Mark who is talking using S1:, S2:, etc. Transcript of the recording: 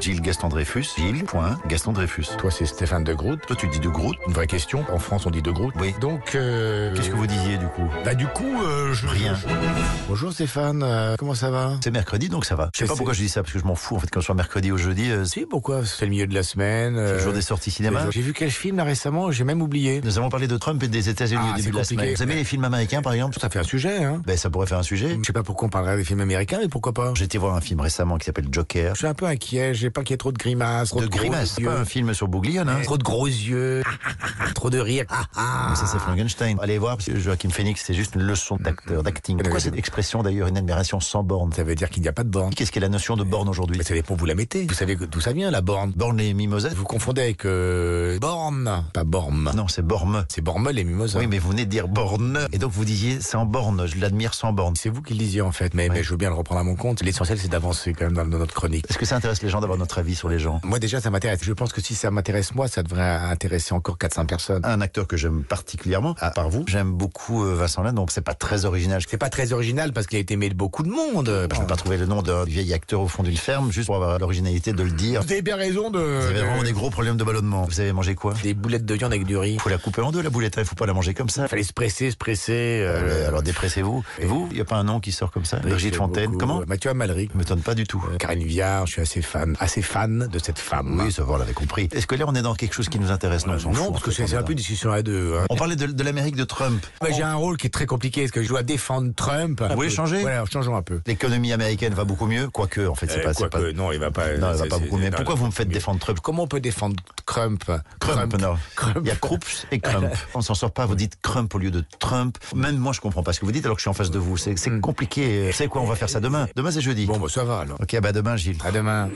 S1: Gilles Gaston Dreyfus. Gilles. Point. Gaston Dreyfus.
S2: Toi, c'est Stéphane de Groot.
S1: Toi, tu dis de Groot.
S2: Une vraie question. En France, on dit de Groot.
S1: Oui.
S2: Donc, euh,
S1: Qu'est-ce que vous disiez du coup
S2: bah, du coup, euh, je
S1: Rien.
S2: Bonjour Stéphane. euh, comment ça va
S1: C'est mercredi, donc ça va. Je sais pas
S2: C'est-
S1: pourquoi je dis ça, parce que je m'en fous. En fait, quand je sois mercredi au jeudi, euh, c'est
S2: Si, pourquoi C'est le milieu de la semaine.
S1: le
S2: euh,
S1: jour des sorties
S2: les
S1: cinéma.
S2: jours- J'ai vu quel film là récemment. J'ai même oublié.
S1: Nous avons parlé de Trump et des États-Unis
S2: Ah,
S1: au
S2: c'est
S1: début de la
S2: compliqué.
S1: semaine. Vous aimez les films américains, par exemple
S2: Ça fait un sujet. Hein
S1: Ben, ça pourrait faire un sujet.
S2: je sais pas pourquoi on parlerait des films américains, mais pourquoi pas
S1: J'étais voir un film récemment qui s'appelle Joker.
S2: Je suis un peu inquiet. J'ai pas qu'il y ait trop de grimaces, trop
S1: De
S2: de, gros
S1: grimace. C'est
S2: yeux,
S1: pas un film sur Bouglione, hein.
S2: trop de gros yeux, trop de rire. Ah, ah.
S1: Ça, c'est Frankenstein. Allez voir, parce que Joachim Phoenix, c'est juste une leçon d'acteur,
S2: Mm.
S1: d'acting. Pourquoi cette expression, d'ailleurs, une admiration sans borne
S2: Ça veut dire qu'il n'y a pas de borne.
S1: Qu'est-ce qu'est la notion de borne aujourd'hui
S2: Mais ça dépend où vous la mettez. Vous savez que- d'où ça vient la borne
S1: Borne et mimosas
S2: Vous confondez avec euh, borne, pas borne.
S1: Ah Non, c'est borme.
S2: C'est bormel et mimosa.
S1: Oui, mais vous venez de dire borne. Et donc, vous disiez sans borne. Je l'admire sans borne.
S2: C'est vous qui le disiez en fait, mais, mais je veux bien le reprendre à mon compte. L'essentiel c'est d'avancer quand même dans, dans notre chronique.
S1: Est-ce que ça intéresse les gens d'avoir notre avis sur les gens
S2: Moi déjà ça m'intéresse. Je pense que si ça m'intéresse moi, ça devrait intéresser encore 400 personnes.
S1: Un acteur que j'aime particulièrement, à part vous, j'aime beaucoup euh, Vincent Lindon. donc c'est pas très original. Je
S2: C'est pas très original parce qu'il a été aimé de beaucoup de monde.
S1: ne peux pas trouver le nom d'un vieil acteur au fond d'une ferme, juste pour avoir l'originalité de le dire.
S2: Vous avez bien raison de...
S1: Vous avez
S2: de-
S1: vraiment des gros problèmes de ballonnement. Vous avez mangé quoi
S2: Des boulettes de viande avec du riz.
S1: Faut la couper en deux, la boulette, il faut pas la manger comme ça.
S2: Fallait se presser, se presser.
S1: Euh,
S2: euh,
S1: alors dépressez-vous. Et vous, il n'y a pas un nom qui sort comme ça Brigitte
S2: j'aime
S1: Fontaine,
S2: beaucoup,
S1: comment
S2: euh, Mathieu Amalric.
S1: Je m'étonne pas du tout.
S2: euh, Karine Viard, je suis assez fan, assez fan de cette femme.
S1: Oui, ça va, on l'avait compris. Est-ce que là, on est dans quelque chose qui nous intéresse on s'en
S2: non,
S1: fout,
S2: parce
S1: en
S2: que
S1: fait,
S2: c'est c'est
S1: on est
S2: un peu
S1: dans-
S2: une discussion à deux. hein.
S1: On parlait de, de l'Amérique de Trump.
S2: Ouais, J'ai un rôle qui est très compliqué, parce que je dois défendre Trump. Ah, Vous
S1: voulez changer
S2: Voilà, alors changeons un peu.
S1: L'économie américaine va beaucoup mieux, quoique, en fait, c'est
S2: Euh,
S1: pas... c'est pas-
S2: quoique, Non, il va pas.
S1: Non, elle va
S2: c'est-
S1: pas
S2: c'est-
S1: beaucoup mieux.
S2: non,
S1: Pourquoi
S2: non.
S1: vous me faites défendre Trump
S2: Comment on peut défendre Trump
S1: Crump, non.
S2: Crump.
S1: Il y a Krups et Crump. On s'en sort pas, vous dites Crump au lieu de Trump. Même moi, je comprends pas ce que vous dites alors que je suis en face de vous. C'est
S2: Hmm.
S1: c'est compliqué. Vous savez quoi, on va faire ça demain. Demain, c'est jeudi.
S2: Bon, bah, ça va alors.
S1: Ok, bah demain, Gilles.
S2: À demain.